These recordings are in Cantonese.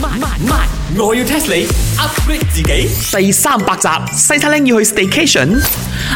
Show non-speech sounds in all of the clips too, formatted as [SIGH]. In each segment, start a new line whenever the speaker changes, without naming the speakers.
慢慢，我要 test 你 upgrade 自己。第三百集，西餐廳要去 staycation。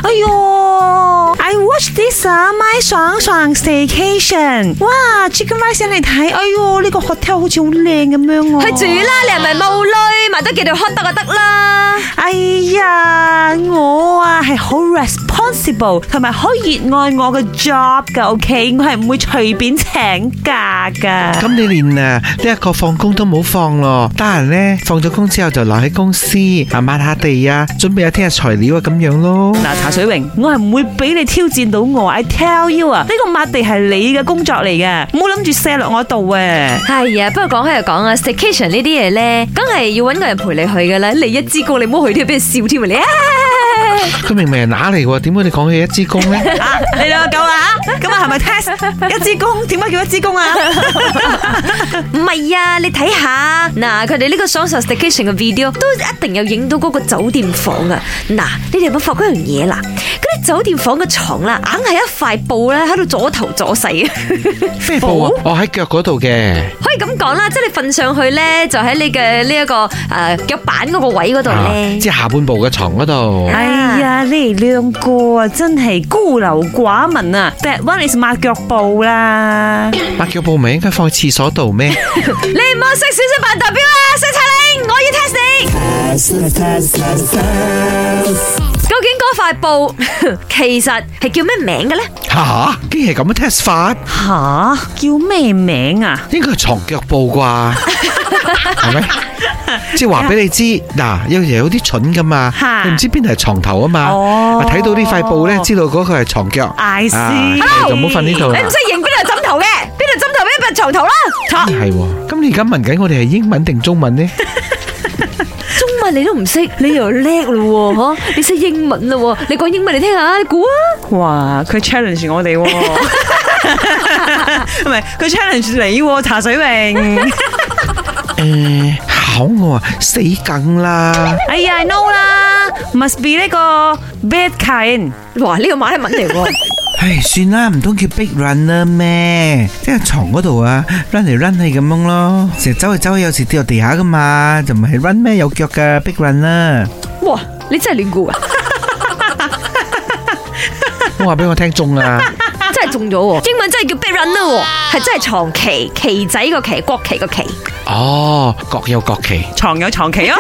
哎呦，I watch this 啊，My 爽爽 Staycation，哇，Chicken Rice 你睇，哎呦，呢個 hotel 好似好靚咁樣
去煮
喎。
啦，你係咪冇女？買多幾條 hot 得就得啦。
哎呀，我啊係好 responsible 同埋好熱愛我嘅 job 噶，OK，我係唔會隨便請假噶。
咁你連啊呢一個放工都冇放咯，得閒呢，放咗工之後就留喺公司啊抹下地啊，準備下聽日材料啊咁樣咯。
嗱，茶水榮，我係唔會俾你挑戰到我，I tell you 啊，呢個抹地係你嘅工作嚟嘅，唔好諗住卸落我度啊！
係啊，不過講開又講啊，staycation 呢啲嘢咧，梗係要揾個人陪你去嘅啦。你一支歌你唔好去添，俾人笑添啊你啊！
佢明明係乸嚟喎，點解你講起一支公呢？
啊，你兩個夠啦吓，咁啊係咪 test 一支公？點解叫一支公啊？
[LAUGHS]
[LAUGHS]
唔係啊，你睇下嗱，佢哋呢個雙十 staycation 嘅 video 都一定有影到嗰個酒店房啊！嗱，你哋有冇發覺一樣嘢啦？嗰啲酒店房嘅床啦，硬係一塊布咧喺度左頭左勢啊！ [LAUGHS]
咩布啊？我喺腳嗰度嘅，
可以咁講啦，即係你瞓上去咧，就喺你嘅呢一個诶腳板嗰個位嗰度
啊
咧
即。係下半部嘅床嗰度。
哎呀，你哋兩個啊，真係孤陋寡聞啊！That à. one is 抹腳布啦。
抹腳布咪應該放喺廁所度咩？
你唔好識少少扮代表啊，西茶令，我要 test 你。究竟嗰塊布 [LAUGHS] 其實係叫咩名嘅咧？
吓，竟然係咁樣 test 法，
吓，叫咩名啊？
應該係床腳布 [LAUGHS] 啩？係咪？即係啊話俾你知，嗱，有時有啲蠢噶嘛
嚇，
你唔知邊度係床頭啊嘛
哦，
睇到呢塊布咧，知道嗰個係床腳，
I see
啊就唔好瞓啊呢度
你
啦
唔。識認邊度係枕頭嘅，邊度枕頭邊度床頭啦。錯，
係喎，咁你而家問緊我哋係英文定中 [LAUGHS] 文呢？
中文你都唔識，你又叻 [LAUGHS] 咯喎，你識英文咯喎，你講英文嚟聽下，你估啊？
哇，佢 challenge 我 [LAUGHS] 哋喎，唔係佢 challenge 你喎，茶水榮。
誒，考我啊，死梗啦！
哎呀，I know 啦，must be 呢個 bad kind。
哇，呢個馬來文嚟喎， [LAUGHS]
唉，算啦，唔通叫 big run 啦咩？即係床嗰度啊，run 嚟 run 去咁樣咯，成日走嚟走去，有時跌落地下噶嘛，就唔係 run 咩，有腳噶 big run 啦。
哇，你真係亂 [LAUGHS] 估啊，
我話俾我聽啊中啦，
真係中咗喎，英文真係叫 bed run 啦喎，係真係床旗旗仔個旗，國旗個旗，
哦，各有各旗，
床有床旗啊！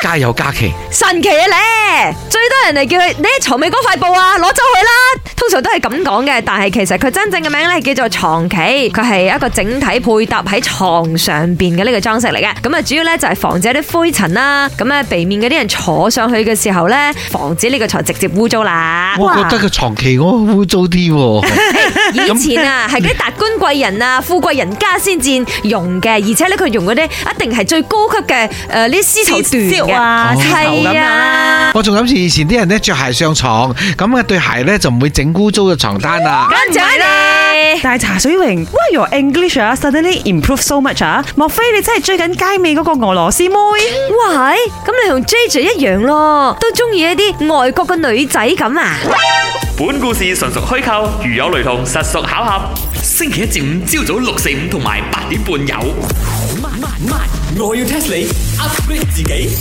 家有家旗。
神奇啊咧！最多人嚟叫佢你喺床尾嗰塊布啊，攞走佢啦。通常都係咁講嘅，但係其實佢真正嘅名咧叫做床旗，佢係一個整體配搭喺床上邊嘅呢個裝飾嚟嘅。咁啊，主要咧就係防止一啲灰塵啦，咁啊避免嗰啲人坐上去嘅時候咧，防止呢個床直接污糟啦。
我覺得個床旗我污糟啲喎，
以前啊，係嗰啲達官貴人啊、富貴人家先至用嘅，而且咧佢用嗰啲一定係最高級嘅誒呢絲綢
絲
緞
綢啊
嘅，
絲綢咁樣
係啊
啦。
我仲諗住以前啲人咧着鞋上床，咁啊對鞋咧就唔會整污糟嘅床單啊啦。
跟住咧，
但係茶水榮，Why your English 啊，suddenly improve so much 啊？莫非你真係追緊街尾嗰個俄羅斯妹？
哇，咁你同 J J 一樣咯，都中意一啲外國嘅女仔咁啊？
本故事純屬虛構，如有雷同，實屬巧合。星期一至五朝早六四五同埋八點半有。慢慢，我要 test 你 upgrade 自己。